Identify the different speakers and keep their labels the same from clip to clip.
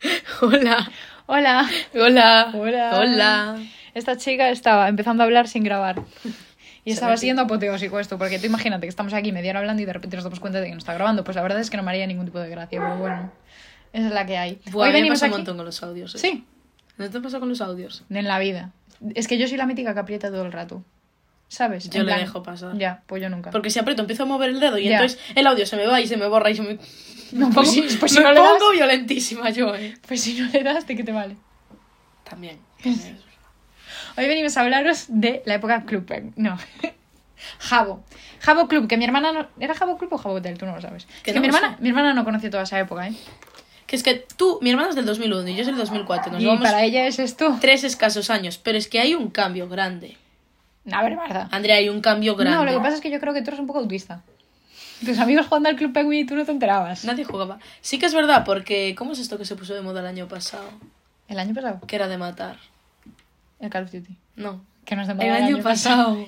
Speaker 1: Hola.
Speaker 2: Hola.
Speaker 1: Hola.
Speaker 2: Hola.
Speaker 1: Hola.
Speaker 2: Esta chica estaba empezando a hablar sin grabar. Y
Speaker 1: Se
Speaker 2: estaba
Speaker 1: repite.
Speaker 2: siendo apoteósico esto, porque tú imagínate que estamos aquí media hora hablando y de repente nos damos cuenta de que no está grabando. Pues la verdad es que no me haría ningún tipo de gracia, pero bueno, esa es la que hay.
Speaker 1: Buah, a mí me pasa un
Speaker 2: aquí-
Speaker 1: montón con los audios. eh.
Speaker 2: Sí,
Speaker 1: ¿No te pasa con los audios?
Speaker 2: en la vida. Es que yo soy la mítica que aprieta todo el rato. ¿Sabes?
Speaker 1: Yo
Speaker 2: En
Speaker 1: le
Speaker 2: plan-
Speaker 1: dejo pasar.
Speaker 2: Ya, pues yo nunca.
Speaker 1: Porque si aprieto, empiezo a mover el dedo y
Speaker 2: Ya.
Speaker 1: entonces el audio se me va y se me borra y se me.
Speaker 2: No,
Speaker 1: me
Speaker 2: pues
Speaker 1: pongo-
Speaker 2: sí, pues si
Speaker 1: me
Speaker 2: no le das-
Speaker 1: pongo violentísima yo, eh.
Speaker 2: Pues si no le das, ¿de qué te vale?
Speaker 1: También. también es verdad.
Speaker 2: Hoy venimos a hablaros de la época Club. eh, No. Jabo. Jabo Club, que mi hermana no. ¿Era Jabo Club o Jabo Hotel? Tú no lo sabes. Es
Speaker 1: Que
Speaker 2: Que
Speaker 1: no
Speaker 2: mi,
Speaker 1: lo
Speaker 2: hermana, mi hermana no conoció toda esa época, ¿eh?
Speaker 1: Que es que tú, mi hermana es del 2001 y yo soy del 2004. Nos
Speaker 2: y
Speaker 1: llevamos
Speaker 2: para ella es esto.
Speaker 1: tres escasos años, pero es que hay un cambio grande.
Speaker 2: A ver, Marta.
Speaker 1: Andrea, hay un cambio grande.
Speaker 2: No, lo que pasa es que yo creo que tú eres un poco autista. Tus amigos jugando al Club Penguin y tú no te enterabas.
Speaker 1: Nadie jugaba. Sí que es verdad, porque ¿cómo es esto que se puso de moda el año pasado?
Speaker 2: El año pasado,
Speaker 1: Que era de matar.
Speaker 2: el Call of Duty.
Speaker 1: No.
Speaker 2: Que nos
Speaker 1: El,
Speaker 2: demoró
Speaker 1: año, pasado.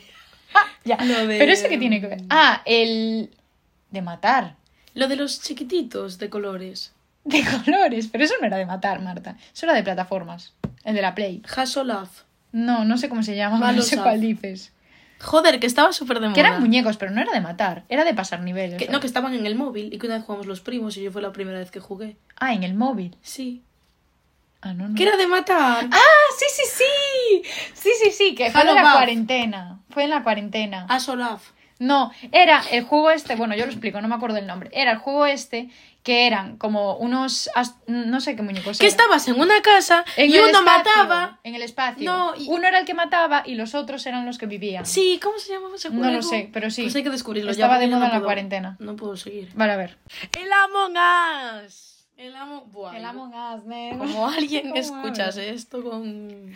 Speaker 2: Ya.
Speaker 1: Lo de-
Speaker 2: Pero eso que tiene que ver. Ah, el. de matar.
Speaker 1: Lo de los chiquititos de colores.
Speaker 2: De colores. Pero eso no era de matar, Marta. Eso era de plataformas. El de la Play.
Speaker 1: Hasolaf.
Speaker 2: No, no sé cómo se llama,
Speaker 1: Valo
Speaker 2: no sé
Speaker 1: Saf.
Speaker 2: cuál dices.
Speaker 1: Joder, que estaba súper de moda.
Speaker 2: Que eran muñecos, ¿eh? pero no era de matar, era de pasar niveles.
Speaker 1: Que- no, que estaban en el móvil y que una vez jugamos los primos y yo fue la primera vez que jugué.
Speaker 2: Ah, en el móvil.
Speaker 1: Sí.
Speaker 2: Ah, no, no.
Speaker 1: Que era de matar.
Speaker 2: Ah, sí, sí, sí. Sí, sí, sí, que fue en
Speaker 1: Hello,
Speaker 2: la
Speaker 1: Buff.
Speaker 2: cuarentena. Fue en la cuarentena.
Speaker 1: Hasolaf.
Speaker 2: No, era el juego este, bueno, yo lo explico, no me acuerdo el nombre. Era el juego este que eran como unos as- no sé qué muñecos.
Speaker 1: Que
Speaker 2: eran.
Speaker 1: estabas en una casa
Speaker 2: En
Speaker 1: y
Speaker 2: el
Speaker 1: uno
Speaker 2: espacio,
Speaker 1: mataba.
Speaker 2: En el espacio.
Speaker 1: No, y-
Speaker 2: Uno era el que mataba y los otros eran los que vivían.
Speaker 1: Sí, ¿cómo se llamaba ese
Speaker 2: No
Speaker 1: juego?
Speaker 2: lo sé, pero sí.
Speaker 1: Pues hay que descubrirlo.
Speaker 2: Estaba
Speaker 1: ya, porque
Speaker 2: de
Speaker 1: yo no
Speaker 2: moda en la
Speaker 1: puedo-
Speaker 2: cuarentena.
Speaker 1: No puedo seguir.
Speaker 2: Vale, a ver.
Speaker 1: El Among Us. El Among Buah, yo-
Speaker 2: Us, Oh, man.
Speaker 1: Como alguien
Speaker 2: ¿Cómo
Speaker 1: escuchase esto con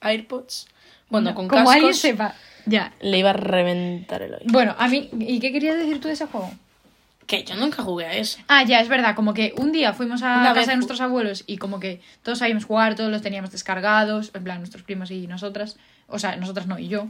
Speaker 1: AirPods. Bueno, con
Speaker 2: Como
Speaker 1: cascos.
Speaker 2: alguien sepa. Ya.
Speaker 1: Le iba a reventar el oído.
Speaker 2: Bueno, a mí, ¿y qué querías decir tú de ese juego?
Speaker 1: Que yo nunca jugué a eso.
Speaker 2: Ah, ya, es verdad, como que un día fuimos a
Speaker 1: Una
Speaker 2: casa
Speaker 1: vez
Speaker 2: de
Speaker 1: fu-
Speaker 2: nuestros abuelos y como que todos sabíamos jugar, todos los teníamos descargados, en plan nuestros primos y nosotras, o sea, nosotras no y yo,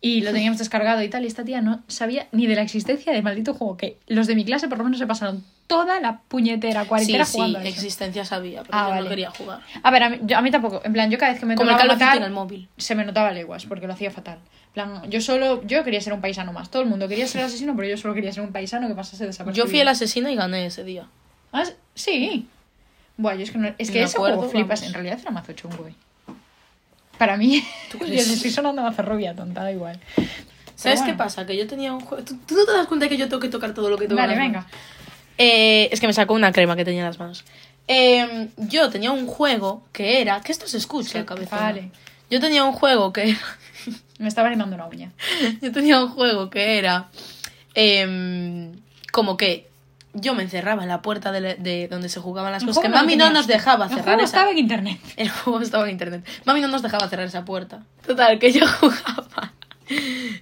Speaker 2: y lo teníamos descargado y tal, y esta tía no sabía ni de la existencia del maldito juego, que los de mi clase por lo menos se pasaron toda la puñetera cuarentena
Speaker 1: sí,
Speaker 2: jugando a
Speaker 1: sí,
Speaker 2: eso.
Speaker 1: existencia sabía, pero
Speaker 2: Ah,
Speaker 1: yo
Speaker 2: vale.
Speaker 1: no quería jugar.
Speaker 2: A ver, a mí, yo- a mí tampoco, en plan, yo cada vez que me
Speaker 1: Como el Call
Speaker 2: tocaba
Speaker 1: of Duty en
Speaker 2: matar,
Speaker 1: el móvil.
Speaker 2: se me notaba leguas, porque lo hacía fatal. En plan, yo solo, yo quería ser un paisano más, todo el mundo quería ser asesino, pero yo solo quería ser un paisano que pasase desapercibido.
Speaker 1: Yo fui el asesino y gané ese día.
Speaker 2: Ah, s- sí. Bueno, yo es que, no, es
Speaker 1: Me
Speaker 2: que ese
Speaker 1: acuerdo,
Speaker 2: juego flipas.
Speaker 1: vamos.
Speaker 2: En realidad era mazo chungo, eh. Para mí,
Speaker 1: ¿Tú
Speaker 2: yo
Speaker 1: crees?
Speaker 2: le estoy sonando mazo rubia, tonta, da igual.
Speaker 1: ¿Sabes
Speaker 2: bueno.
Speaker 1: qué pasa? Que yo tenía un juego... ¿Tú, tú no te das cuenta que yo tengo que tocar todo lo que tengo en
Speaker 2: Vale,
Speaker 1: las
Speaker 2: venga.
Speaker 1: manos? Eh, es que me sacó una crema que tenía en las manos. Eh, yo tenía un juego que era... Que esto se escucha,
Speaker 2: Sí,
Speaker 1: cabezona.
Speaker 2: vale.
Speaker 1: Yo tenía un juego que era...
Speaker 2: Me estaba animando una uña.
Speaker 1: Yo tenía un juego que era em, como que yo me encerraba en la puerta de, la- de donde se jugaban las
Speaker 2: Un
Speaker 1: cosas. Que
Speaker 2: juego lo
Speaker 1: mami no
Speaker 2: tenías.
Speaker 1: nos dejaba
Speaker 2: El
Speaker 1: cerrar
Speaker 2: juego
Speaker 1: esa
Speaker 2: estaba en internet.
Speaker 1: El juego estaba en internet. Mami no nos dejaba cerrar esa puerta. Total, que yo jugaba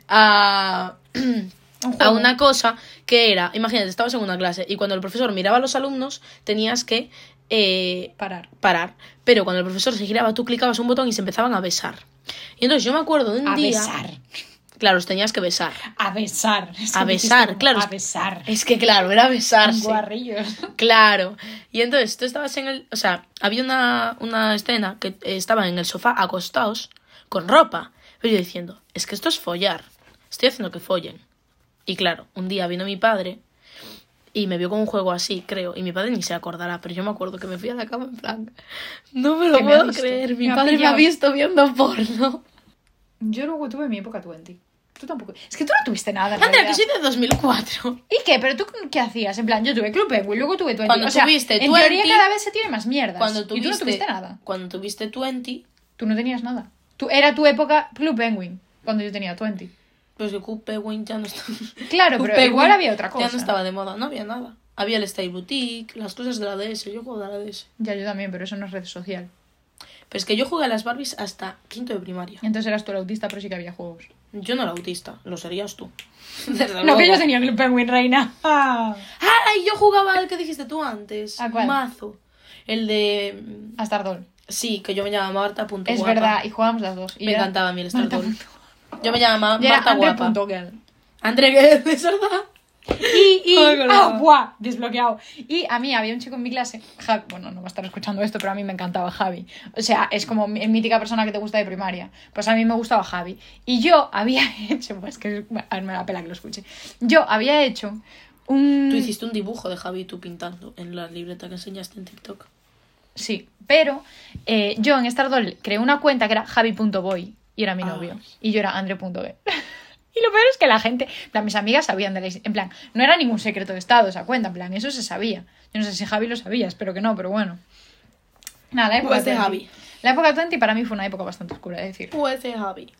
Speaker 1: a,
Speaker 2: Un
Speaker 1: a
Speaker 2: juego.
Speaker 1: una cosa que era, imagínate, estabas en una clase y cuando el profesor miraba a los alumnos tenías que eh,
Speaker 2: Parar.
Speaker 1: parar. Pero cuando el profesor se giraba, tú clicabas un botón y se empezaban a besar. Y entonces yo me acuerdo de un
Speaker 2: A
Speaker 1: día...
Speaker 2: besar.
Speaker 1: Claro, os tenías que besar.
Speaker 2: A besar. Es que
Speaker 1: A
Speaker 2: me hiciste
Speaker 1: besar,
Speaker 2: como,
Speaker 1: claro.
Speaker 2: A besar.
Speaker 1: Es que claro, era besarse.
Speaker 2: Guarrillos.
Speaker 1: Claro. Y entonces tú estabas en el... O sea, había una, una escena que eh, estaban en el sofá acostados con ropa. Pero yo diciendo, es que esto es follar. Estoy haciendo que follen. Y claro, un día vino mi padre y me vio con un juego así, creo. Y mi padre ni se acordará, pero yo me acuerdo que me fui a la cama en plan... No me lo
Speaker 2: Que me ha
Speaker 1: puedo
Speaker 2: visto,
Speaker 1: creer. Mi
Speaker 2: me ha
Speaker 1: padre me ha
Speaker 2: pillado".
Speaker 1: visto viendo porno.
Speaker 2: Yo luego tuve mi época 20. Tú tampoco. Es que tú no tuviste nada. en
Speaker 1: Andrea,
Speaker 2: realidad.
Speaker 1: que soy de 2004.
Speaker 2: ¿Y qué? ¿Pero tú qué hacías? En plan, yo tuve Club Penguin, luego tuve 20.
Speaker 1: Cuando
Speaker 2: o sea,
Speaker 1: tuviste
Speaker 2: en
Speaker 1: 20,
Speaker 2: teoría cada vez se tiene más mierdas.
Speaker 1: Cuando tuviste,
Speaker 2: Y tú no tuviste nada.
Speaker 1: Cuando tuviste 20,
Speaker 2: Tú no tenías nada. Tú, era tu época Club Penguin, cuando yo tenía 20.
Speaker 1: Pues que Coupe Win ya no estaba.
Speaker 2: Claro, pero
Speaker 1: Coupe
Speaker 2: igual
Speaker 1: Win
Speaker 2: había otra cosa.
Speaker 1: Ya no estaba de moda, no había nada. Había el Style Boutique, las cosas de la DS, yo jugaba a la DS.
Speaker 2: Ya yo también, pero eso no es red social.
Speaker 1: Pero es que yo jugué a las Barbies hasta quinto de primaria.
Speaker 2: Entonces eras tú el autista, pero sí que había juegos.
Speaker 1: Yo no era autista, lo serías tú. Desde
Speaker 2: No,
Speaker 1: luego.
Speaker 2: que yo tenía Club Penguin, reina. Ah.
Speaker 1: ¡Ah! Y yo jugaba al que dijiste tú antes.
Speaker 2: ¿A cuál?
Speaker 1: Mazo. El de. mm,
Speaker 2: Astardol.
Speaker 1: Sí, que yo me llamaba Marta. Punto
Speaker 2: Es
Speaker 1: guapa.
Speaker 2: verdad, y jugábamos las dos. Y
Speaker 1: Me
Speaker 2: era-
Speaker 1: encantaba a mí el
Speaker 2: Marta
Speaker 1: Stardol. Yo me llamaba
Speaker 2: Y era
Speaker 1: Marta
Speaker 2: Andre
Speaker 1: Guapa.
Speaker 2: punto girl.
Speaker 1: André, que es verdad.
Speaker 2: Y, y,
Speaker 1: Ah, colgado.
Speaker 2: ¡ah, buah! Desbloqueado. Y a mí había un chico en mi clase, Javi, bueno, no va a estar escuchando esto, pero a mí me encantaba Javi. O sea, es como mi- mítica persona que te gusta de primaria. Pues a mí me gustaba Javi. Y yo había hecho, pues que, a ver, me la pela que lo escuche. Yo había hecho un...
Speaker 1: Tú hiciste un dibujo de Javi y tú pintando en la libreta que enseñaste en TikTok.
Speaker 2: Sí, pero eh, yo en Stardoll creé una cuenta que era javi.boy y era mi
Speaker 1: Ah.
Speaker 2: novio. Y yo era andre.b. Y lo peor es que la gente, en plan, mis amigas sabían de la his- En plan, no era ningún secreto de estado esa cuenta, en plan, eso se sabía. Yo no sé si Javi lo sabía, espero que no, pero bueno. Nada, la época
Speaker 1: Pues de
Speaker 2: 20.
Speaker 1: Javi.
Speaker 2: La época 20 para mí fue una época bastante oscura, es decir.
Speaker 1: Pues de Javi.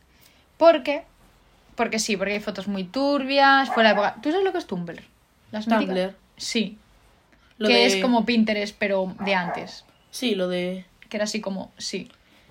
Speaker 2: Porque, porque sí, porque hay fotos muy turbias, fue la época... ¿Tú sabes lo que es Tumblr? Las míticas-
Speaker 1: Tumblr.
Speaker 2: Sí,
Speaker 1: Lo
Speaker 2: que
Speaker 1: de-
Speaker 2: es como Pinterest, pero de antes.
Speaker 1: Sí, lo de...
Speaker 2: Que era así como, sí,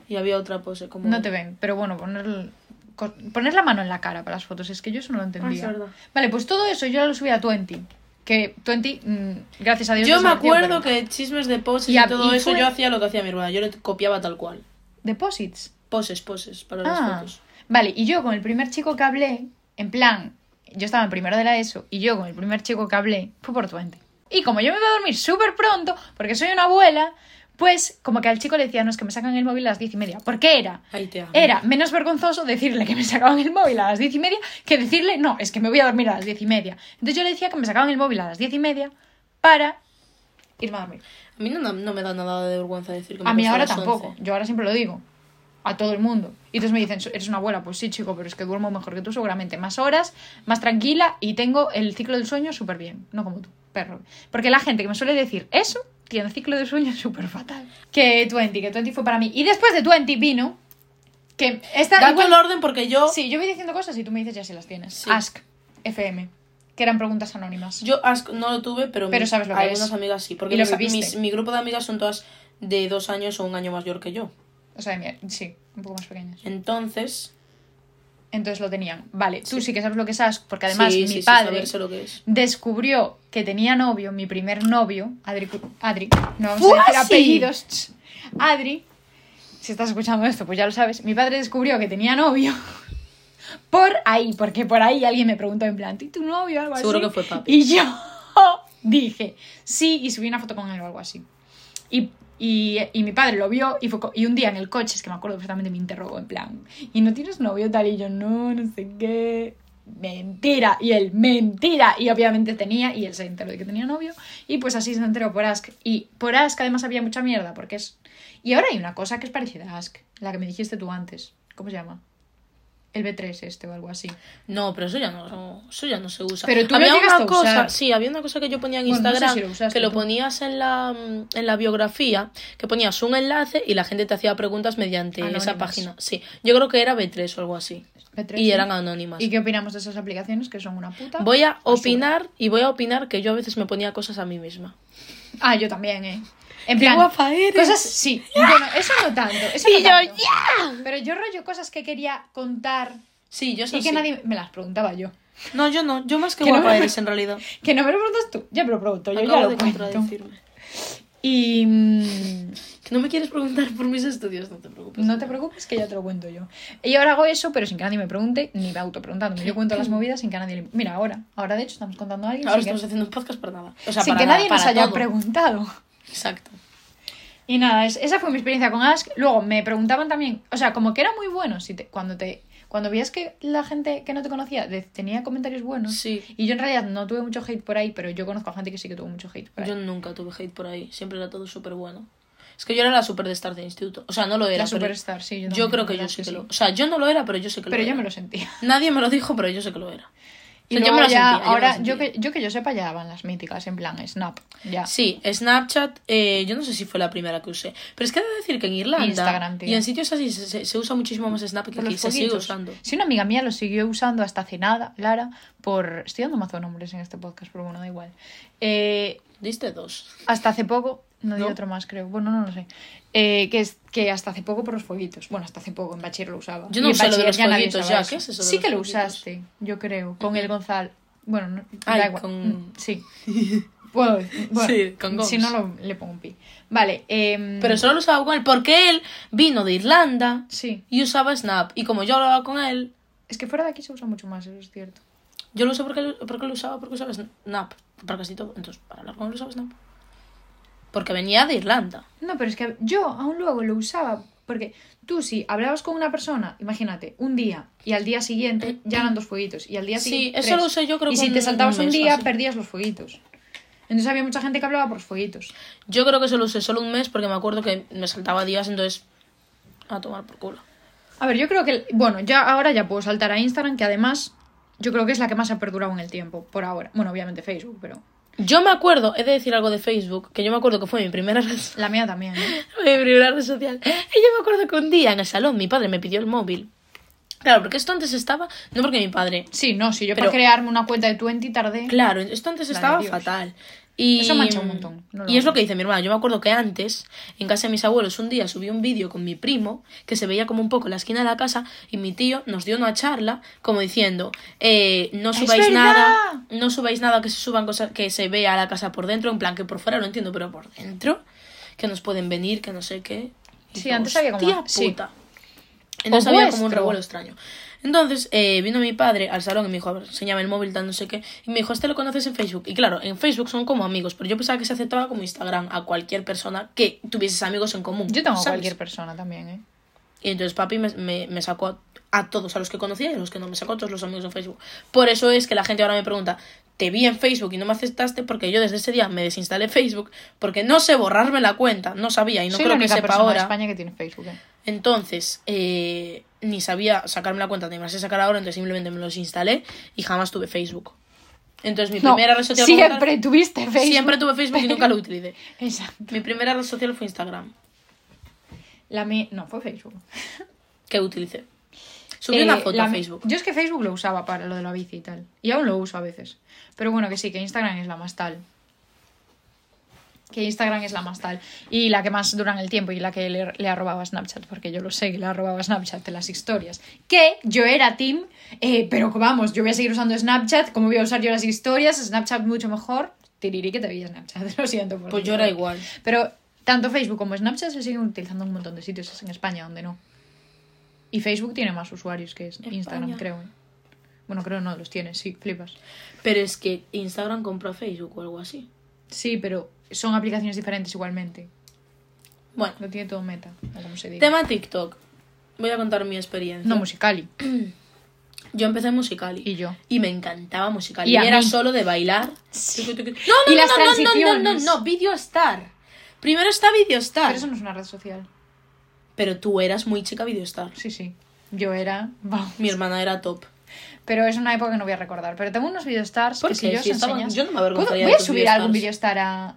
Speaker 1: Y había otra pose como...
Speaker 2: No te ven, pero bueno, poner, el- co- poner la mano en la cara para las fotos, es que yo eso no lo entendía.
Speaker 1: Ah, es verdad.
Speaker 2: vale, pues todo eso yo lo subí a Twenty. Que Twenty, mm, gracias a Dios.
Speaker 1: Yo me
Speaker 2: desapareció,
Speaker 1: acuerdo
Speaker 2: pero-
Speaker 1: que chismes de poses
Speaker 2: Y
Speaker 1: y,
Speaker 2: a-
Speaker 1: todo
Speaker 2: y
Speaker 1: eso
Speaker 2: fue-
Speaker 1: yo hacía lo que hacía mi hermana. Yo le copiaba tal cual.
Speaker 2: Deposits.
Speaker 1: Poses, poses para las
Speaker 2: Ah,
Speaker 1: fotos.
Speaker 2: vale, y yo con el primer chico que hablé, en plan, yo estaba en primero de la ESO, y yo con el primer chico que hablé fue por Twenty. Y como yo me iba a dormir súper pronto, porque soy una abuela, pues como que al chico le decía, no, es que me sacan el móvil a las diez y media. ¿Por qué era?
Speaker 1: Ahí te amo.
Speaker 2: Era menos vergonzoso decirle que me sacaban el móvil a las diez y media que decirle, no, es que me voy a dormir a las diez y media. Entonces yo le decía que me sacaban el móvil a las diez y media para irme a dormir.
Speaker 1: A mí no, no- no me da nada de vergüenza decir que me
Speaker 2: A mí
Speaker 1: acuesto
Speaker 2: ahora
Speaker 1: las
Speaker 2: tampoco,
Speaker 1: 11.
Speaker 2: yo ahora siempre lo digo. A todo el mundo. Y entonces me dicen, eres una abuela, pues sí, chico, pero es que duermo mejor que tú, seguramente. Más horas, más tranquila y tengo el ciclo del sueño súper bien. No como tú, perro. Porque la gente que me suele decir eso tiene el ciclo del sueño súper fatal. Que 20, que 20 fue para mí. Y después de 20 vino. Que esta,
Speaker 1: Da
Speaker 2: igual-
Speaker 1: el orden porque yo,
Speaker 2: Sí, yo voy diciendo cosas y tú me dices ya si las tienes.
Speaker 1: Sí.
Speaker 2: Ask FM, que eran preguntas anónimas.
Speaker 1: yo Ask no lo tuve, pero,
Speaker 2: Pero
Speaker 1: mis-
Speaker 2: sabes lo que
Speaker 1: algunas
Speaker 2: es.
Speaker 1: amigas sí. Porque
Speaker 2: Y lo
Speaker 1: mis-
Speaker 2: sabiste.
Speaker 1: mis- mi grupo de amigas son todas de dos años o un año mayor que yo.
Speaker 2: O sea, mira, sí, un poco más pequeñas.
Speaker 1: Entonces,
Speaker 2: Entonces lo tenían. Vale, tú sí que sabes lo que es Ask, porque además
Speaker 1: sí,
Speaker 2: mi
Speaker 1: sí, sí,
Speaker 2: padre
Speaker 1: saber sé lo que es.
Speaker 2: descubrió que tenía novio, mi primer novio, Adri. Cu- Adri no vamos a decir
Speaker 1: ¡Fuasi!
Speaker 2: apellidos. ch. Adri, si estás escuchando esto, pues ya lo sabes. Mi padre descubrió que tenía novio. Por ahí, porque por ahí alguien me preguntó en plan, ¿y tu novio? o Algo
Speaker 1: Seguro
Speaker 2: así.
Speaker 1: que fue papi.
Speaker 2: Y yo dije, sí, y subí una foto con él o algo así. Y, y- y mi padre lo vio y, fue co- y un día en el coche, es que me acuerdo perfectamente, me interrogó en plan, ¿y no tienes novio tal? Y yo, no, no sé qué. Mentira, y él, mentira, y obviamente tenía, y él se enteró de que tenía novio, y pues así se enteró por Ask. Y por Ask además había mucha mierda, porque es. Y ahora hay una cosa que es parecida a Ask, la que me dijiste tú antes. ¿Cómo se llama? El B3 este o algo así.
Speaker 1: No, pero eso ya no, no- eso ya no se usa.
Speaker 2: Pero tú lo
Speaker 1: había
Speaker 2: llegaste
Speaker 1: una
Speaker 2: a
Speaker 1: cosa,
Speaker 2: usar.
Speaker 1: sí, había una cosa que yo ponía en
Speaker 2: Bueno, no sé
Speaker 1: Instagram
Speaker 2: si lo usaste
Speaker 1: que lo
Speaker 2: tú.
Speaker 1: ponías en la mm, en la biografía, que ponías un enlace y la gente te hacía preguntas mediante
Speaker 2: Anónimas.
Speaker 1: esa página. Sí, yo creo que era B3 o algo así.
Speaker 2: B3,
Speaker 1: Y
Speaker 2: ¿no?
Speaker 1: eran anónimas.
Speaker 2: ¿Y qué opinamos de esas aplicaciones que son una puta?
Speaker 1: Voy a opinar y voy a opinar que yo a veces me ponía cosas a mí misma.
Speaker 2: Ah, yo también, eh. En
Speaker 1: Qué
Speaker 2: plan,
Speaker 1: guapa eres.
Speaker 2: cosas sí. Bueno, eso no tanto. Eso
Speaker 1: Y
Speaker 2: no
Speaker 1: yo,
Speaker 2: tanto. Pero yo rollo cosas que quería contar
Speaker 1: Sí, yo
Speaker 2: y
Speaker 1: eso
Speaker 2: que
Speaker 1: sí.
Speaker 2: nadie me las preguntaba yo.
Speaker 1: No, yo no, yo más que
Speaker 2: Que no
Speaker 1: guapa
Speaker 2: me-
Speaker 1: eres en realidad.
Speaker 2: Que no me lo preguntas tú, ya me lo pregunto, yo
Speaker 1: Acabo
Speaker 2: ya
Speaker 1: de
Speaker 2: lo cuento.
Speaker 1: contradecirme.
Speaker 2: Y mm,
Speaker 1: Que no me quieres preguntar por mis estudios, no te preocupes.
Speaker 2: no te preocupes que ya te lo cuento yo. Y ahora hago eso, pero sin que nadie me pregunte, ni me auto preguntando. Yo cuento las movidas sin que nadie le... Mira, ahora, ahora de hecho estamos contando a alguien
Speaker 1: Ahora
Speaker 2: sin que,
Speaker 1: estamos haciendo un podcast para nada. O sea,
Speaker 2: sin
Speaker 1: para
Speaker 2: que
Speaker 1: nada,
Speaker 2: nadie nos
Speaker 1: para
Speaker 2: haya
Speaker 1: todo.
Speaker 2: preguntado.
Speaker 1: Exacto.
Speaker 2: Y nada, es- esa fue mi experiencia con Ask. Luego me preguntaban también, o sea, como que era muy bueno si te- cuando te cuando veías que la gente que no te conocía de- tenía comentarios buenos.
Speaker 1: Sí.
Speaker 2: Y yo en realidad no tuve mucho hate por ahí, pero yo conozco a gente que sí que tuvo mucho hate por ahí.
Speaker 1: Yo nunca tuve hate por ahí, siempre era todo súper bueno. Es que yo era la super de estar de instituto. O sea, no lo era.
Speaker 2: la
Speaker 1: pero
Speaker 2: superstar, sí. Yo,
Speaker 1: yo
Speaker 2: también,
Speaker 1: creo
Speaker 2: la
Speaker 1: que
Speaker 2: verdad
Speaker 1: yo
Speaker 2: es
Speaker 1: sí que lo. O sea, yo no lo era, pero yo sé que
Speaker 2: Pero
Speaker 1: lo
Speaker 2: yo
Speaker 1: era.
Speaker 2: me lo sentía.
Speaker 1: Nadie me lo dijo, pero yo sé que lo era.
Speaker 2: Y
Speaker 1: O sea, yo
Speaker 2: luego
Speaker 1: me lo
Speaker 2: ya,
Speaker 1: sentía, yo me lo
Speaker 2: ahora, yo,
Speaker 1: sentía.
Speaker 2: que, yo que yo sepa, ya van las míticas, en plan, Snap, ya.
Speaker 1: Sí, Snapchat, eh, yo no sé si fue la primera que usé. Pero es que he de decir que en Irlanda
Speaker 2: Instagram, tío.
Speaker 1: y en sitios así se, se- se usa muchísimo más Snap que
Speaker 2: Por
Speaker 1: aquí.
Speaker 2: los
Speaker 1: Se sigue
Speaker 2: fueguitos.
Speaker 1: usando.
Speaker 2: Sí, una amiga mía lo siguió usando hasta hace nada, Lara, por... Estoy dando mazo de nombres en este podcast, pero bueno, da igual. Eh,
Speaker 1: Diste dos.
Speaker 2: Hasta hace poco, no di
Speaker 1: ¿No?
Speaker 2: otro más, creo. Bueno, no lo sé. Eh, que, es, que hasta hace poco por los fueguitos. Bueno, hasta hace poco en bachiller lo usaba.
Speaker 1: Yo no
Speaker 2: Y en
Speaker 1: usé lo de
Speaker 2: bachiller
Speaker 1: los
Speaker 2: nadie
Speaker 1: fueguitos,
Speaker 2: usaba
Speaker 1: ya, ¿qué es eso de
Speaker 2: sí
Speaker 1: los
Speaker 2: que lo
Speaker 1: fueguitos?
Speaker 2: usaste, yo creo. Con el Gonzal. Bueno, no,
Speaker 1: Ay,
Speaker 2: da igual.
Speaker 1: con-
Speaker 2: Mm, Sí. Puedo decir- bueno,
Speaker 1: Sí, con Gons.
Speaker 2: Si no, lo- le pongo un pi. Vale. em,
Speaker 1: Pero solo lo usaba con él porque él vino de Irlanda
Speaker 2: Sí.
Speaker 1: y usaba Snap. Y como yo hablaba con él,
Speaker 2: Es que fuera de aquí se usa mucho más, eso es cierto.
Speaker 1: Yo lo usé porque lo, porque lo usaba, porque usaba Snap. Para casi todo. Entonces, para hablar con él usaba Snap. Porque venía de Irlanda.
Speaker 2: No, pero es que yo aún luego lo usaba porque tú si hablabas con una persona, imagínate, un día y al día siguiente ya eran dos fueguitos y al día
Speaker 1: Eh, Sí,
Speaker 2: siguiente
Speaker 1: eso
Speaker 2: tres.
Speaker 1: lo usé yo creo
Speaker 2: y
Speaker 1: que
Speaker 2: si
Speaker 1: un-
Speaker 2: te saltabas
Speaker 1: un
Speaker 2: un
Speaker 1: mes o
Speaker 2: día
Speaker 1: así.
Speaker 2: perdías los fueguitos. Entonces había mucha gente que hablaba por los fueguitos.
Speaker 1: Yo creo que solo usé solo un mes porque me acuerdo que me saltaba días, entonces. A tomar por culo.
Speaker 2: A ver, yo creo que bueno, ya ahora ya puedo saltar a Instagram que además yo creo que es la que más ha perdurado en el tiempo por ahora. Bueno, obviamente Facebook, pero
Speaker 1: Yo me acuerdo, he de decir algo de Facebook, que yo me acuerdo que fue mi primera red
Speaker 2: la mía también. ¿eh?
Speaker 1: Mi primera red social. Y yo me acuerdo que un día en el salón mi padre me pidió el móvil. Claro, porque esto antes estaba. No porque mi padre.
Speaker 2: Sí, no, sí, yo
Speaker 1: Pero-
Speaker 2: para crearme una cuenta de Twenty tardé.
Speaker 1: Claro, esto antes
Speaker 2: Vale,
Speaker 1: estaba
Speaker 2: Dios.
Speaker 1: fatal. Y,
Speaker 2: Eso mancha un montón, no lo
Speaker 1: y es lo
Speaker 2: hagas.
Speaker 1: que dice mi hermana. Yo me acuerdo que antes, en casa de mis abuelos, un día subí un vídeo con mi primo, que se veía como un poco en la esquina de la casa, y mi tío nos dio una charla, como diciendo, eh, no
Speaker 2: ¡Es
Speaker 1: subáis
Speaker 2: verdad!
Speaker 1: nada, no subáis nada que se suban cosas, que se vea la casa por dentro, en plan que por fuera lo entiendo, pero por dentro, que nos pueden venir, que no sé qué. Y
Speaker 2: Sí,
Speaker 1: yo,
Speaker 2: antes había como-
Speaker 1: "Hostia
Speaker 2: sí.
Speaker 1: puta". Entonces
Speaker 2: Ojo
Speaker 1: había como un
Speaker 2: vuestro.
Speaker 1: revuelo extraño. Entonces eh, vino mi padre al salón y me dijo, a ver, enséñame el móvil, tal, no sé qué. Y me dijo, este lo conoces en Facebook. Y claro, en Facebook son como amigos, pero yo pensaba que se aceptaba como Instagram a cualquier persona que tuvieses amigos en común.
Speaker 2: Yo tengo
Speaker 1: ¿sabes?
Speaker 2: cualquier persona también, ¿eh?
Speaker 1: Y entonces papi me, me- me sacó a, a todos, a los que conocía y a los que no, me sacó a todos los amigos en Facebook. Por eso es que la gente ahora me pregunta, te vi en Facebook y no me aceptaste porque yo desde ese día me desinstalé Facebook porque no sé borrarme la cuenta, no sabía y no
Speaker 2: Soy
Speaker 1: creo
Speaker 2: la única
Speaker 1: que sepa
Speaker 2: persona de
Speaker 1: ahora.
Speaker 2: España que tiene Facebook. ¿eh?
Speaker 1: Entonces, eh, ni sabía sacarme la cuenta, ni me la sé sacar ahora, entonces simplemente me los instalé y jamás tuve Facebook. Entonces, mi
Speaker 2: No,
Speaker 1: primera red social. como
Speaker 2: siempre tuviste
Speaker 1: tal-
Speaker 2: Facebook.
Speaker 1: siempre tuve Facebook y nunca lo utilicé.
Speaker 2: Exacto.
Speaker 1: Mi primera red social fue Instagram,
Speaker 2: La mía... No, fue Facebook.
Speaker 1: que utilicé. Subí
Speaker 2: Eh,
Speaker 1: una foto
Speaker 2: la
Speaker 1: a
Speaker 2: mi-
Speaker 1: Facebook.
Speaker 2: Yo es que Facebook lo usaba para lo de la bici y tal. Y aún lo uso a veces. Pero bueno, que sí, que Instagram es la más tal. Que Instagram es la más tal. Y la que más dura en el tiempo y la que le, le ha robado a Snapchat. Porque yo lo sé que le ha robado a Snapchat en las historias. Que yo era team, eh, pero que vamos, yo voy a seguir usando Snapchat. Como voy a usar yo las historias? Snapchat mucho mejor. Tiriri que te vi Snapchat, lo siento. por
Speaker 1: Pues
Speaker 2: ti.
Speaker 1: yo era igual.
Speaker 2: Pero tanto Facebook como Snapchat se siguen utilizando en un montón de sitios. Es en España donde no. Y Facebook tiene más usuarios que es-
Speaker 1: España.
Speaker 2: Instagram, creo. ¿eh? Bueno, creo no, los tiene, sí, flipas.
Speaker 1: Pero es que Instagram compró a Facebook o algo así.
Speaker 2: Sí, pero son aplicaciones diferentes igualmente.
Speaker 1: Bueno,
Speaker 2: Lo tiene todo meta, o como se diga.
Speaker 1: tema TikTok. Voy a contar mi experiencia.
Speaker 2: No, Musicali.
Speaker 1: Yo empecé en Musical.ly.
Speaker 2: Y yo.
Speaker 1: Y me encantaba Musical.ly. Y,
Speaker 2: Y a
Speaker 1: era
Speaker 2: mí.
Speaker 1: solo de bailar. No, no,
Speaker 2: Y
Speaker 1: no, no, no, no,
Speaker 2: las
Speaker 1: no,
Speaker 2: transiciones.
Speaker 1: no, Video Star. Primero está Video Star.
Speaker 2: Pero
Speaker 1: Pero,
Speaker 2: eso no es una red social.
Speaker 1: tú eras muy chica Video Star.
Speaker 2: Sí, sí. Yo era. vamos.
Speaker 1: Mi hermana era top.
Speaker 2: Pero es una época que no voy a recordar. Pero tengo unos videostars
Speaker 1: ¿Por
Speaker 2: que si
Speaker 1: qué?
Speaker 2: yo
Speaker 1: Si
Speaker 2: os
Speaker 1: estaban-
Speaker 2: enseñase-
Speaker 1: yo no me avergonzaría de
Speaker 2: ¿Puedo- Voy a
Speaker 1: tus
Speaker 2: subir algún
Speaker 1: videostars.
Speaker 2: videostar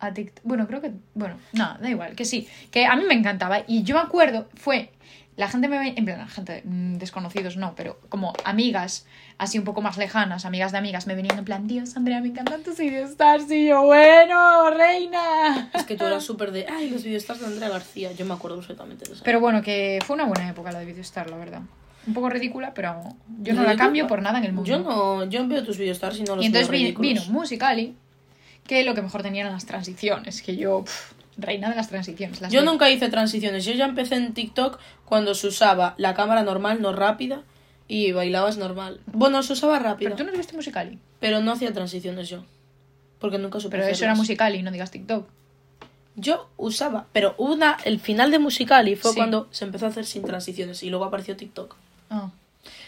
Speaker 2: a, a TikTok. Bueno, creo que. Bueno, no, da igual, que sí. Que a mí me encantaba. Y yo me acuerdo, fue. La gente me ve- en plan, la gente, mm, desconocidos no, pero como amigas, así un poco más lejanas, amigas de amigas, me venían en plan, Dios, Andrea, me encantan tus videostars. Y yo, bueno, reina.
Speaker 1: Es que tú eras súper de. Ay, los Video Stars de Andrea García. Yo me acuerdo perfectamente de eso.
Speaker 2: Pero bueno, que fue una buena época la de videostar, la verdad. Un poco ridícula, pero yo no la
Speaker 1: Ridícula.
Speaker 2: cambio por nada en el mundo.
Speaker 1: Yo no. Yo veo tus Video Stars y no los
Speaker 2: Y entonces
Speaker 1: veo
Speaker 2: vi- vino
Speaker 1: ridículos.
Speaker 2: Musicali, que lo que mejor tenía eran las transiciones, que yo, pf, reina de las transiciones. Las
Speaker 1: Yo
Speaker 2: de-
Speaker 1: nunca hice transiciones. Yo ya empecé en TikTok cuando se usaba la cámara normal, no rápida. Y bailabas normal. Bueno, se usaba rápido.
Speaker 2: Pero tú
Speaker 1: Pero,
Speaker 2: no viste Musicali.
Speaker 1: no hacía transiciones yo. Porque nunca supe
Speaker 2: Pero eso era
Speaker 1: hacerlas.
Speaker 2: Musicali, no digas TikTok.
Speaker 1: Yo usaba, pero una, el final de Musicali fue
Speaker 2: Sí.
Speaker 1: cuando se empezó a hacer sin transiciones y luego apareció TikTok.
Speaker 2: Ah.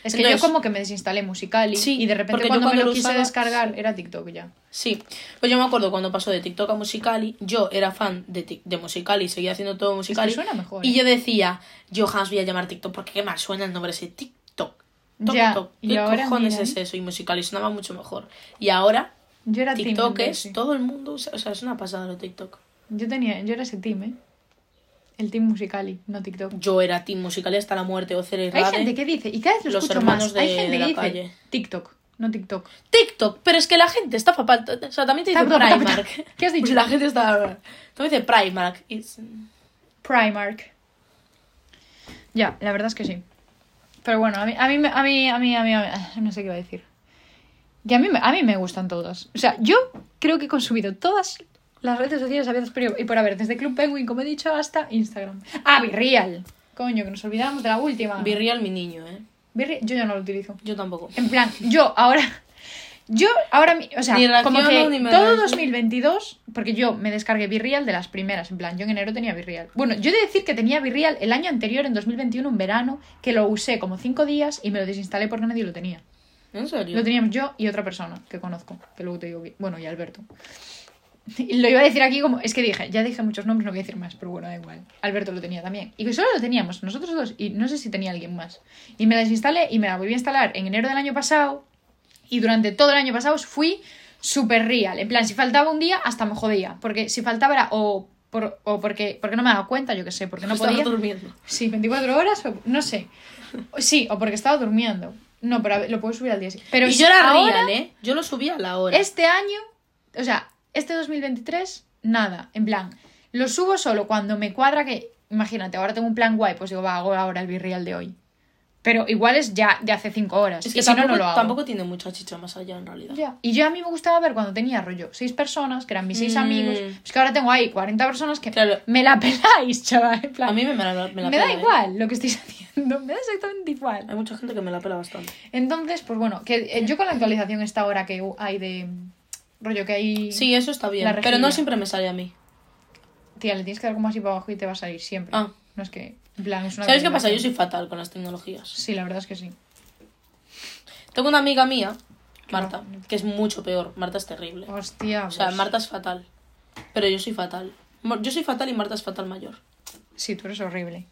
Speaker 2: Es que
Speaker 1: Entonces-
Speaker 2: yo como que me desinstalé Musicali
Speaker 1: Sí,
Speaker 2: y de repente
Speaker 1: porque yo
Speaker 2: cuando,
Speaker 1: cuando
Speaker 2: me lo,
Speaker 1: lo
Speaker 2: quise
Speaker 1: usaba-
Speaker 2: descargar era TikTok ya.
Speaker 1: Sí, pues yo me acuerdo cuando pasó de TikTok a Musicali, yo era fan de, Tik- de Musicali, seguía haciendo todo Musicali.
Speaker 2: suena mejor,
Speaker 1: Y
Speaker 2: ¿eh?
Speaker 1: yo decía, yo jamás voy a llamar TikTok porque qué mal suena el nombre ese TikTok. Toc,
Speaker 2: Ya,
Speaker 1: toc.
Speaker 2: y
Speaker 1: ¿Qué
Speaker 2: ahora
Speaker 1: cojones
Speaker 2: mira,
Speaker 1: es
Speaker 2: ¿eh?
Speaker 1: eso? Y Musicali sonaba mucho mejor. Y ahora
Speaker 2: Yo era team
Speaker 1: TikTok
Speaker 2: Andrés,
Speaker 1: es
Speaker 2: sí.
Speaker 1: todo el mundo, usa- o sea, es una pasada lo TikTok.
Speaker 2: Yo tenía, yo era ese team, ¿eh? El team Musicali, no TikTok.
Speaker 1: Yo era team Musicali hasta la muerte o Ceres
Speaker 2: Hay
Speaker 1: Rade.
Speaker 2: gente que dice, y cada vez lo
Speaker 1: los
Speaker 2: escucho
Speaker 1: hermanos
Speaker 2: más,
Speaker 1: de
Speaker 2: hay gente
Speaker 1: la
Speaker 2: que dice
Speaker 1: calle.
Speaker 2: TikTok, no TikTok.
Speaker 1: TikTok, pero es que la gente está fatal. O sea, también te dice
Speaker 2: Tap, tap, tap, tap.
Speaker 1: Primark.
Speaker 2: ¿Qué has dicho?
Speaker 1: La gente está. También dice Primark. It's-
Speaker 2: Primark. Ya, la verdad es que sí. Pero bueno, a mí, a mí, me- a mí, a mí, a mí, a mí- ah, no sé qué iba a decir. Que a mí, me- a mí me gustan todas. O sea, yo creo que he consumido todas las redes sociales a veces pero y por haber, desde Club Penguin, como he dicho, hasta Instagram. Ah, Virreal. Coño, que nos olvidamos de la última.
Speaker 1: Virreal, mi niño, ¿eh?
Speaker 2: Birri, yo ya no lo utilizo.
Speaker 1: Yo tampoco.
Speaker 2: En plan, yo ahora. Yo ahora. mi- O sea,
Speaker 1: Ni reacciono,
Speaker 2: como que
Speaker 1: ni me
Speaker 2: todo
Speaker 1: reacciono.
Speaker 2: 2022. Porque yo me descargué Virreal de las primeras. En plan, yo en enero tenía Virreal. Bueno, yo he de decir que tenía Virreal el año anterior, en 2021, en verano. Que lo usé como cinco días y me lo desinstalé porque nadie lo tenía.
Speaker 1: ¿En serio?
Speaker 2: Lo teníamos yo y otra persona que conozco. Que luego te digo. que- Bueno, y Alberto. Y Lo iba a decir aquí como. Es que dije, ya dije muchos nombres, no voy a decir más, pero bueno, da igual. Alberto lo tenía también. Y que solo lo teníamos, nosotros dos, y no sé si tenía alguien más. Y me la desinstalé y me la volví a instalar en enero del año pasado. Y durante todo el año pasado fui súper real. En plan, si faltaba un día, hasta me jodía. Porque si faltaba era o, por- o porque, porque no me daba cuenta, yo qué sé, porque no
Speaker 1: Estaba
Speaker 2: podía.
Speaker 1: durmiendo.
Speaker 2: Sí, 24 horas, o- no sé. Sí, o porque estaba durmiendo. No, pero a ver, lo puedo subir al día siguiente. Pero
Speaker 1: y
Speaker 2: si
Speaker 1: yo era
Speaker 2: ahora-
Speaker 1: real, ¿eh? Yo lo subí a la hora.
Speaker 2: este año, o sea, este 2023, nada. En plan, lo subo solo cuando me cuadra que, imagínate, ahora tengo un plan guay, pues digo, va, hago ahora el virreal de hoy. Pero igual es ya de hace cinco horas.
Speaker 1: Es que
Speaker 2: y si no,
Speaker 1: tampoco,
Speaker 2: no lo hago.
Speaker 1: tampoco tiene mucha chicha más allá, en realidad.
Speaker 2: Ya. Y yo a mí me gustaba ver cuando tenía rollo seis personas, que eran mis seis
Speaker 1: Mm.
Speaker 2: amigos. Es que ahora tengo ahí 40 personas que
Speaker 1: Claro.
Speaker 2: me la peláis, chaval. En plan,
Speaker 1: A mí me, me la, me la
Speaker 2: me da
Speaker 1: pela, ¿eh?
Speaker 2: igual lo que estáis haciendo. Me da exactamente igual.
Speaker 1: Hay mucha gente que me la pela bastante.
Speaker 2: Entonces, pues bueno, que eh, yo con la actualización esta hora que hu- hay de mm, rollo que hay...
Speaker 1: Sí, eso está bien.
Speaker 2: La
Speaker 1: Pero no
Speaker 2: rejilla.
Speaker 1: siempre me sale a mí.
Speaker 2: Tía, le tienes que dar como así para abajo y te va a salir siempre.
Speaker 1: Ah.
Speaker 2: No es que, en plan, es una...
Speaker 1: ¿Sabes qué pasa? Yo
Speaker 2: combinación.
Speaker 1: soy fatal con las tecnologías.
Speaker 2: Sí, la verdad es que sí.
Speaker 1: Tengo una amiga mía, Marta,
Speaker 2: no.
Speaker 1: que es mucho peor. Marta es terrible.
Speaker 2: Hostia.
Speaker 1: O sea,
Speaker 2: pues,
Speaker 1: Marta es fatal. Pero yo soy fatal. Mo- Yo soy fatal y Marta es fatal mayor.
Speaker 2: Sí, tú eres horrible.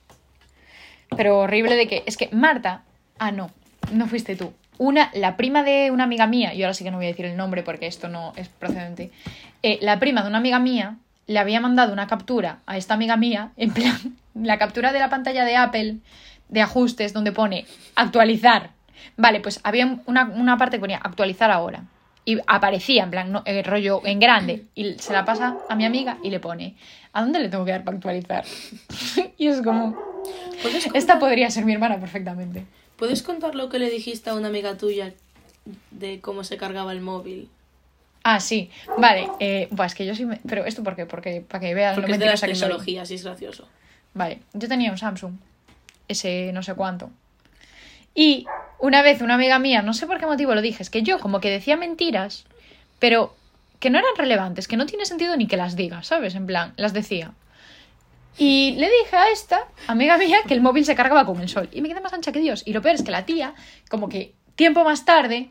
Speaker 2: Pero horrible de que... Es que Marta... Ah, no. No fuiste tú. Una, la prima de una amiga mía, y ahora sí que no voy a decir el nombre porque esto no es procedente. eh, la prima de una amiga mía le había mandado una captura a esta amiga mía, en plan, la captura de la pantalla de Apple, de ajustes, donde pone actualizar. Vale, pues había un- una, una parte que ponía actualizar ahora. Y aparecía, en plan, no, eh, rollo en grande. Y se la pasa a mi amiga y le pone, ¿a dónde le tengo que dar para actualizar? y es como,
Speaker 1: ¿Puedes,
Speaker 2: esta podría ser mi hermana perfectamente.
Speaker 1: ¿Puedes contar lo que le dijiste a una amiga tuya de cómo se cargaba el móvil?
Speaker 2: Ah, sí. Vale. Eh, buah, es que yo sí me... Pero esto por qué? Porque para que vean
Speaker 1: Porque
Speaker 2: lo
Speaker 1: es de las
Speaker 2: mentirosa que soy.
Speaker 1: tecnologías y es gracioso.
Speaker 2: Vale. Yo tenía un Samsung. Ese no sé cuánto. Y una vez una amiga mía, no sé por qué motivo lo dije, es que yo como que decía mentiras, pero que no eran relevantes, que no tiene sentido ni que las diga, ¿sabes? En plan, las decía. Y le dije a esta amiga mía que el móvil se cargaba con el sol. Y me quedé más ancha que Dios. Y lo peor es que la tía, como que tiempo más tarde,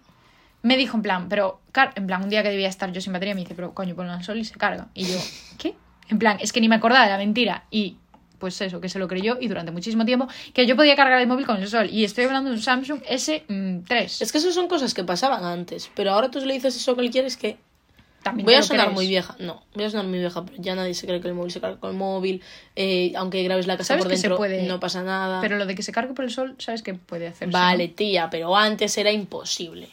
Speaker 2: me dijo en plan, pero, car- en plan, un día que debía estar yo sin batería, me dice, pero coño, ponlo al sol y se carga. Y yo, ¿qué? En plan, es que ni me acordaba de la mentira. Y pues eso, que se lo creyó y durante muchísimo tiempo, que yo podía cargar el móvil con el sol. Y estoy hablando de un Samsung mm, S3.
Speaker 1: Es que eso son cosas que pasaban antes. Pero ahora tú le dices eso a cualquiera es que
Speaker 2: También
Speaker 1: Voy
Speaker 2: te
Speaker 1: a
Speaker 2: lo
Speaker 1: sonar
Speaker 2: crees.
Speaker 1: muy vieja. No, voy a sonar muy vieja, pero ya nadie se cree que el móvil se carga con el móvil. eh, aunque grabes la casa
Speaker 2: ¿Sabes
Speaker 1: por
Speaker 2: que se
Speaker 1: dentro,
Speaker 2: puede?
Speaker 1: no pasa nada.
Speaker 2: Pero lo de que se cargue por el sol, ¿sabes qué puede hacer?
Speaker 1: vale, tía, pero antes era imposible.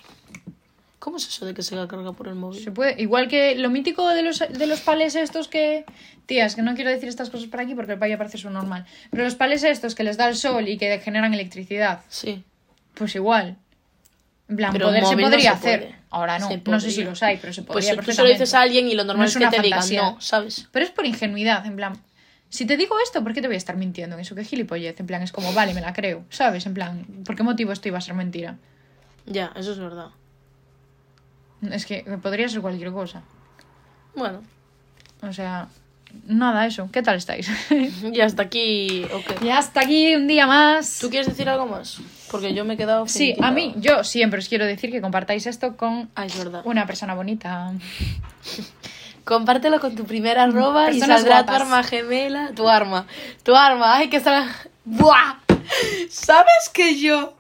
Speaker 1: ¿Cómo es eso de que se carga por el móvil?
Speaker 2: Se puede, igual que lo mítico de los, de los pales estos que... Tías, que no quiero decir estas cosas para aquí porque para allá parece su normal. Pero los pales estos que les da el sol y que generan electricidad,
Speaker 1: Sí.
Speaker 2: pues igual. En plan,
Speaker 1: Pero
Speaker 2: poder se
Speaker 1: móvil no
Speaker 2: podría
Speaker 1: se
Speaker 2: hacer.
Speaker 1: puede.
Speaker 2: Ahora no,
Speaker 1: Se
Speaker 2: no sé
Speaker 1: podría.
Speaker 2: si los hay, pero se
Speaker 1: Pues
Speaker 2: podría
Speaker 1: si tú se lo dices
Speaker 2: perfectamente.
Speaker 1: a alguien y lo normal
Speaker 2: No
Speaker 1: es,
Speaker 2: es
Speaker 1: que
Speaker 2: una
Speaker 1: te
Speaker 2: fantasía.
Speaker 1: digan no, ¿sabes?
Speaker 2: Pero es por ingenuidad, en plan... Si te digo esto, ¿por qué te voy a estar mintiendo en eso? Que gilipollez, en plan, es como, vale, me la creo, ¿sabes? En plan, ¿por qué motivo esto iba a ser mentira?
Speaker 1: Ya, eso es verdad.
Speaker 2: Es que podría ser cualquier cosa.
Speaker 1: Bueno,
Speaker 2: O sea, nada, eso. ¿Qué tal estáis?
Speaker 1: y hasta aquí. ok.
Speaker 2: y hasta aquí un día más.
Speaker 1: ¿Tú quieres decir algo más? Porque yo me he quedado.
Speaker 2: Sí, a
Speaker 1: finiquitada.
Speaker 2: mí, yo siempre os quiero decir que compartáis esto con
Speaker 1: Ah, es verdad.
Speaker 2: una persona bonita.
Speaker 1: Compártelo con tu primera arroba
Speaker 2: Personas
Speaker 1: y saldrá
Speaker 2: guapas.
Speaker 1: tu arma gemela. Tu arma. Tu arma. Ay, que salga. ¡Buah! ¿Sabes que yo?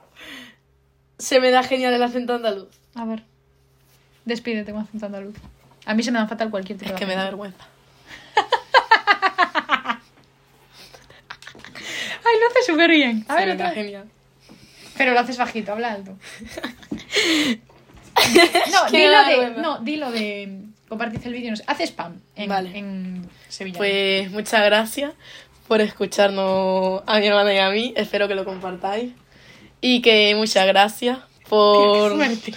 Speaker 1: Se me da genial el acento andaluz.
Speaker 2: A ver, despídete con acento andaluz. A mí se me dan fatal cualquier tipo
Speaker 1: Es
Speaker 2: de
Speaker 1: que me da
Speaker 2: acento.
Speaker 1: vergüenza.
Speaker 2: Ay, lo haces súper bien. A
Speaker 1: Se
Speaker 2: ver,
Speaker 1: me
Speaker 2: otra
Speaker 1: da
Speaker 2: vez.
Speaker 1: genial.
Speaker 2: Pero lo haces bajito, habla alto.
Speaker 1: Es
Speaker 2: No,
Speaker 1: que
Speaker 2: dilo
Speaker 1: me da
Speaker 2: de,
Speaker 1: vergüenza.
Speaker 2: no, dilo de compartid el vídeo. no sé. Haz spam en,
Speaker 1: Vale.
Speaker 2: en Sevilla.
Speaker 1: Pues muchas gracias por escucharnos a mi hermana y a mí. Espero que lo compartáis. Y que muchas gracias por...
Speaker 2: Qué fuerte.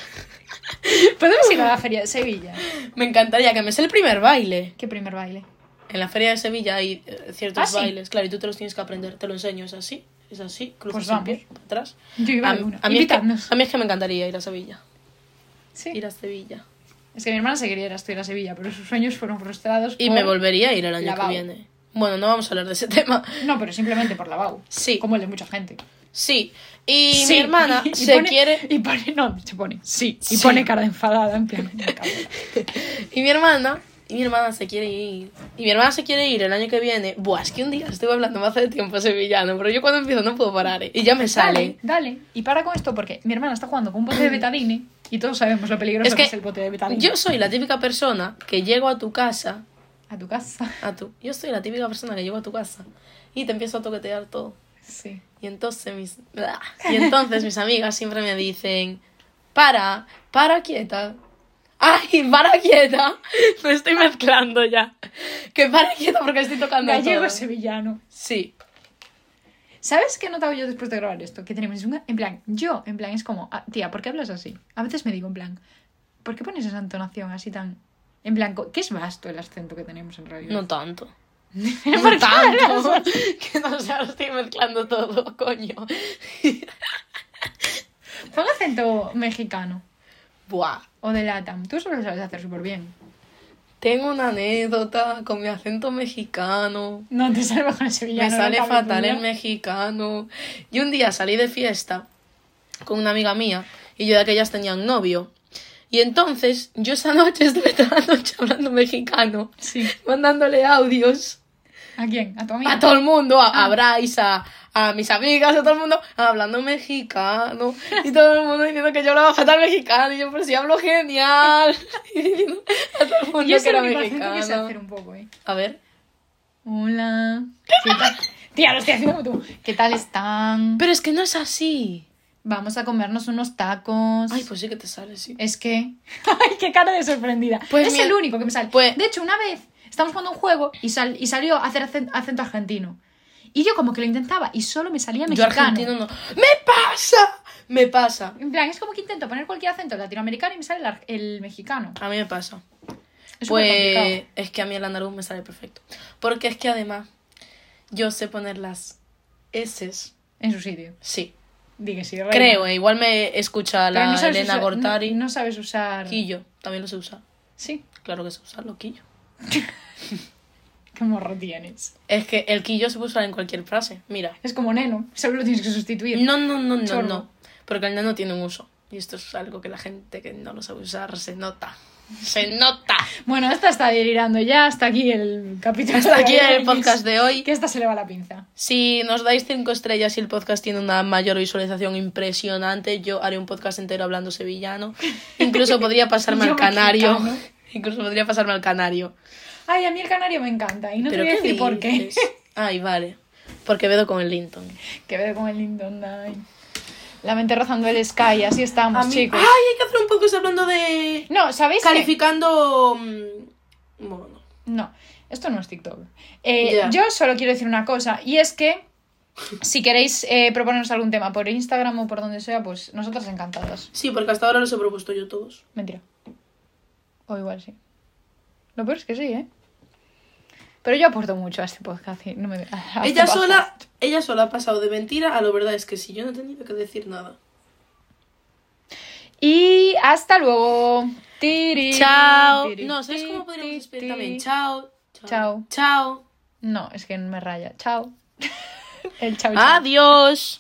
Speaker 2: Podemos ir a la feria de Sevilla.
Speaker 1: Me encantaría que me sea el primer baile.
Speaker 2: Qué primer baile.
Speaker 1: En la feria de Sevilla hay eh, ciertos
Speaker 2: Ah, sí.
Speaker 1: bailes. Claro, y tú te los tienes que aprender. Te lo enseño, ¿es así? Es así, cruzas
Speaker 2: Pues
Speaker 1: el
Speaker 2: vamos.
Speaker 1: pie, para atrás.
Speaker 2: Yo iba
Speaker 1: A,
Speaker 2: a alguna.
Speaker 1: a mí es que,
Speaker 2: Invitadnos.
Speaker 1: a mí es que me encantaría ir a Sevilla.
Speaker 2: Sí.
Speaker 1: Ir a Sevilla.
Speaker 2: Es que mi hermana se quería ir a estudiar a Sevilla, pero sus sueños fueron frustrados.
Speaker 1: Y
Speaker 2: por-
Speaker 1: me volvería a ir el año
Speaker 2: Lavao.
Speaker 1: que viene. Bueno, no vamos a hablar de ese tema.
Speaker 2: No, pero simplemente por la BAU.
Speaker 1: Sí.
Speaker 2: Como el de mucha gente.
Speaker 1: Sí. Y
Speaker 2: Sí.
Speaker 1: mi hermana
Speaker 2: Y
Speaker 1: se
Speaker 2: pone-
Speaker 1: quiere.
Speaker 2: Y pone, no, se pone, sí. Y
Speaker 1: Sí.
Speaker 2: pone cara de enfadada, en plan, me cago.
Speaker 1: Y mi hermana. Y mi hermana se quiere ir. Y mi hermana se quiere ir el año que viene. Buah, es que un día estuve hablando más de tiempo sevillano, pero yo cuando empiezo no puedo parar. ¿eh? Y ya me
Speaker 2: Dale,
Speaker 1: sale.
Speaker 2: dale. Y para con esto porque mi hermana está jugando con un bote de betadine y todos sabemos lo peligroso
Speaker 1: Es
Speaker 2: que,
Speaker 1: que
Speaker 2: es el bote de betadine.
Speaker 1: Yo soy la típica persona que llego a tu casa.
Speaker 2: A tu casa.
Speaker 1: A tu, yo soy la típica persona que llego a tu casa y te empiezo a toquetear todo.
Speaker 2: Sí.
Speaker 1: Y entonces mis, y entonces mis amigas siempre me dicen, para, para quieta. Ay, para quieta. Me estoy mezclando ya. Que para quieta porque estoy tocando.
Speaker 2: Gallego
Speaker 1: todo.
Speaker 2: sevillano.
Speaker 1: Sí.
Speaker 2: ¿Sabes qué he notado yo después de grabar esto? Que tenemos una... En plan, yo, en plan, es como, "Ah, tía, ¿por qué hablas así? A veces me digo, en plan, ¿por qué pones esa entonación así tan... En plan, co- ¿qué es vasto el acento que tenemos en realidad?
Speaker 1: No tanto.
Speaker 2: ¿Por
Speaker 1: No
Speaker 2: qué hablas
Speaker 1: tanto.
Speaker 2: así?
Speaker 1: Que no sé, ahora estoy mezclando todo, coño.
Speaker 2: Pon acento mexicano
Speaker 1: Buah.
Speaker 2: o de LATAM. Tú eso lo sabes hacer súper bien.
Speaker 1: Tengo una anécdota con mi acento mexicano.
Speaker 2: No, te sale mejor el sevillano.
Speaker 1: me
Speaker 2: no
Speaker 1: sale
Speaker 2: cabe
Speaker 1: fatal
Speaker 2: duda.
Speaker 1: el mexicano. Y un día salí de fiesta con una amiga mía y yo de aquellas tenía un novio. Y entonces yo esa noche estuve toda la noche hablando mexicano,
Speaker 2: Sí.
Speaker 1: mandándole audios
Speaker 2: ¿A quién? ¿A tu amiga?
Speaker 1: a todo el mundo, a,
Speaker 2: Ah.
Speaker 1: a Bryce, a, a mis amigas, a todo el mundo, hablando mexicano. Y todo el mundo diciendo que yo hablaba fatal mexicano. Y yo, pero si hablo genial. Y diciendo a todo el mundo
Speaker 2: Yo
Speaker 1: que
Speaker 2: sé
Speaker 1: era
Speaker 2: lo que pasa, que sé hacer
Speaker 1: mexicano.
Speaker 2: un poco, eh.
Speaker 1: A ver.
Speaker 2: Hola. ¿Qué tal? Tía, lo estoy haciendo como tú. ¿Qué tal están?
Speaker 1: Pero es que no es así.
Speaker 2: Vamos a comernos unos tacos.
Speaker 1: Ay, pues sí que te sale, sí.
Speaker 2: Es que. Ay, qué cara de sorprendida.
Speaker 1: Pues
Speaker 2: es
Speaker 1: mira-
Speaker 2: el único que me sale.
Speaker 1: pues-
Speaker 2: De hecho, una vez estamos jugando un juego y, sal- y salió a hacer acen- acento argentino. Y yo como que lo intentaba y solo me salía
Speaker 1: Yo
Speaker 2: mexicano.
Speaker 1: argentino no. ¡Me pasa! Me pasa.
Speaker 2: En plan, es como que intento poner cualquier acento latinoamericano y me sale el, ar- el mexicano.
Speaker 1: A mí me pasa.
Speaker 2: Es
Speaker 1: pues
Speaker 2: supercomplicado.
Speaker 1: es que a mí el andaluz me sale perfecto. Porque es que además yo sé poner las S.
Speaker 2: En su sitio.
Speaker 1: Sí.
Speaker 2: Diga sí, reina.
Speaker 1: Creo, eh, igual me escucha
Speaker 2: Pero
Speaker 1: la
Speaker 2: no sabes
Speaker 1: Elena
Speaker 2: usar-
Speaker 1: Gortari.
Speaker 2: No, no sabes usar.
Speaker 1: Quillo, también lo sé usar.
Speaker 2: Sí.
Speaker 1: Claro que sé usarlo, quillo.
Speaker 2: Qué morro tienes.
Speaker 1: Es que el quillo se puede usar en cualquier frase. Mira.
Speaker 2: Es como neno. Solo lo tienes que sustituir.
Speaker 1: No, no, no, no,
Speaker 2: Chorro.
Speaker 1: no. Porque el no tiene un uso. Y esto es algo que la gente que no lo sabe usar se nota. Se nota.
Speaker 2: Bueno, esta está delirando ya. Hasta aquí el capítulo.
Speaker 1: Hasta
Speaker 2: de
Speaker 1: aquí
Speaker 2: hoy.
Speaker 1: el podcast de hoy.
Speaker 2: Que esta se le va la pinza.
Speaker 1: Si nos dais cinco estrellas y el podcast tiene una mayor visualización impresionante, yo haré un podcast entero hablando sevillano. Incluso podría pasarme
Speaker 2: Yo
Speaker 1: al canario.
Speaker 2: mexicano.
Speaker 1: Incluso podría pasarme al canario.
Speaker 2: Ay, a mí el canario me encanta. Y no te
Speaker 1: Pero
Speaker 2: voy a
Speaker 1: ¿qué
Speaker 2: decir por qué.
Speaker 1: dices? Ay, vale. Porque vedo con el Linton.
Speaker 2: que veo con el Lindon Ay. La mente rozando el sky. Así estamos, chicos.
Speaker 1: Ay, hay que hacer un podcast hablando de.
Speaker 2: No, ¿sabéis qué?
Speaker 1: Calificando. mm, Bueno, no.
Speaker 2: No, esto no es TikTok. Eh,
Speaker 1: Ya.
Speaker 2: Yo solo quiero decir una cosa, y es que si queréis eh, proponernos algún tema por Instagram o por donde sea, pues nosotras encantadas.
Speaker 1: Sí, porque hasta ahora los he propuesto yo todos.
Speaker 2: Mentira. O igual sí. Lo peor es que sí, ¿eh? Pero yo aporto mucho a este podcast. y no me... a este
Speaker 1: Ella
Speaker 2: podcast.
Speaker 1: sola, ella sola ha pasado de mentira a lo verdad es que sí, yo no he tenido que decir nada.
Speaker 2: Y hasta luego. Tiri,
Speaker 1: Chao.
Speaker 2: tiri,
Speaker 1: No, ¿sabes
Speaker 2: ti,
Speaker 1: cómo podríamos
Speaker 2: ti,
Speaker 1: despedir
Speaker 2: ti.
Speaker 1: también? Chao.
Speaker 2: Chao.
Speaker 1: Chao. Ah,
Speaker 2: No, es que me raya. Chao. El chao. chao.
Speaker 1: Adiós.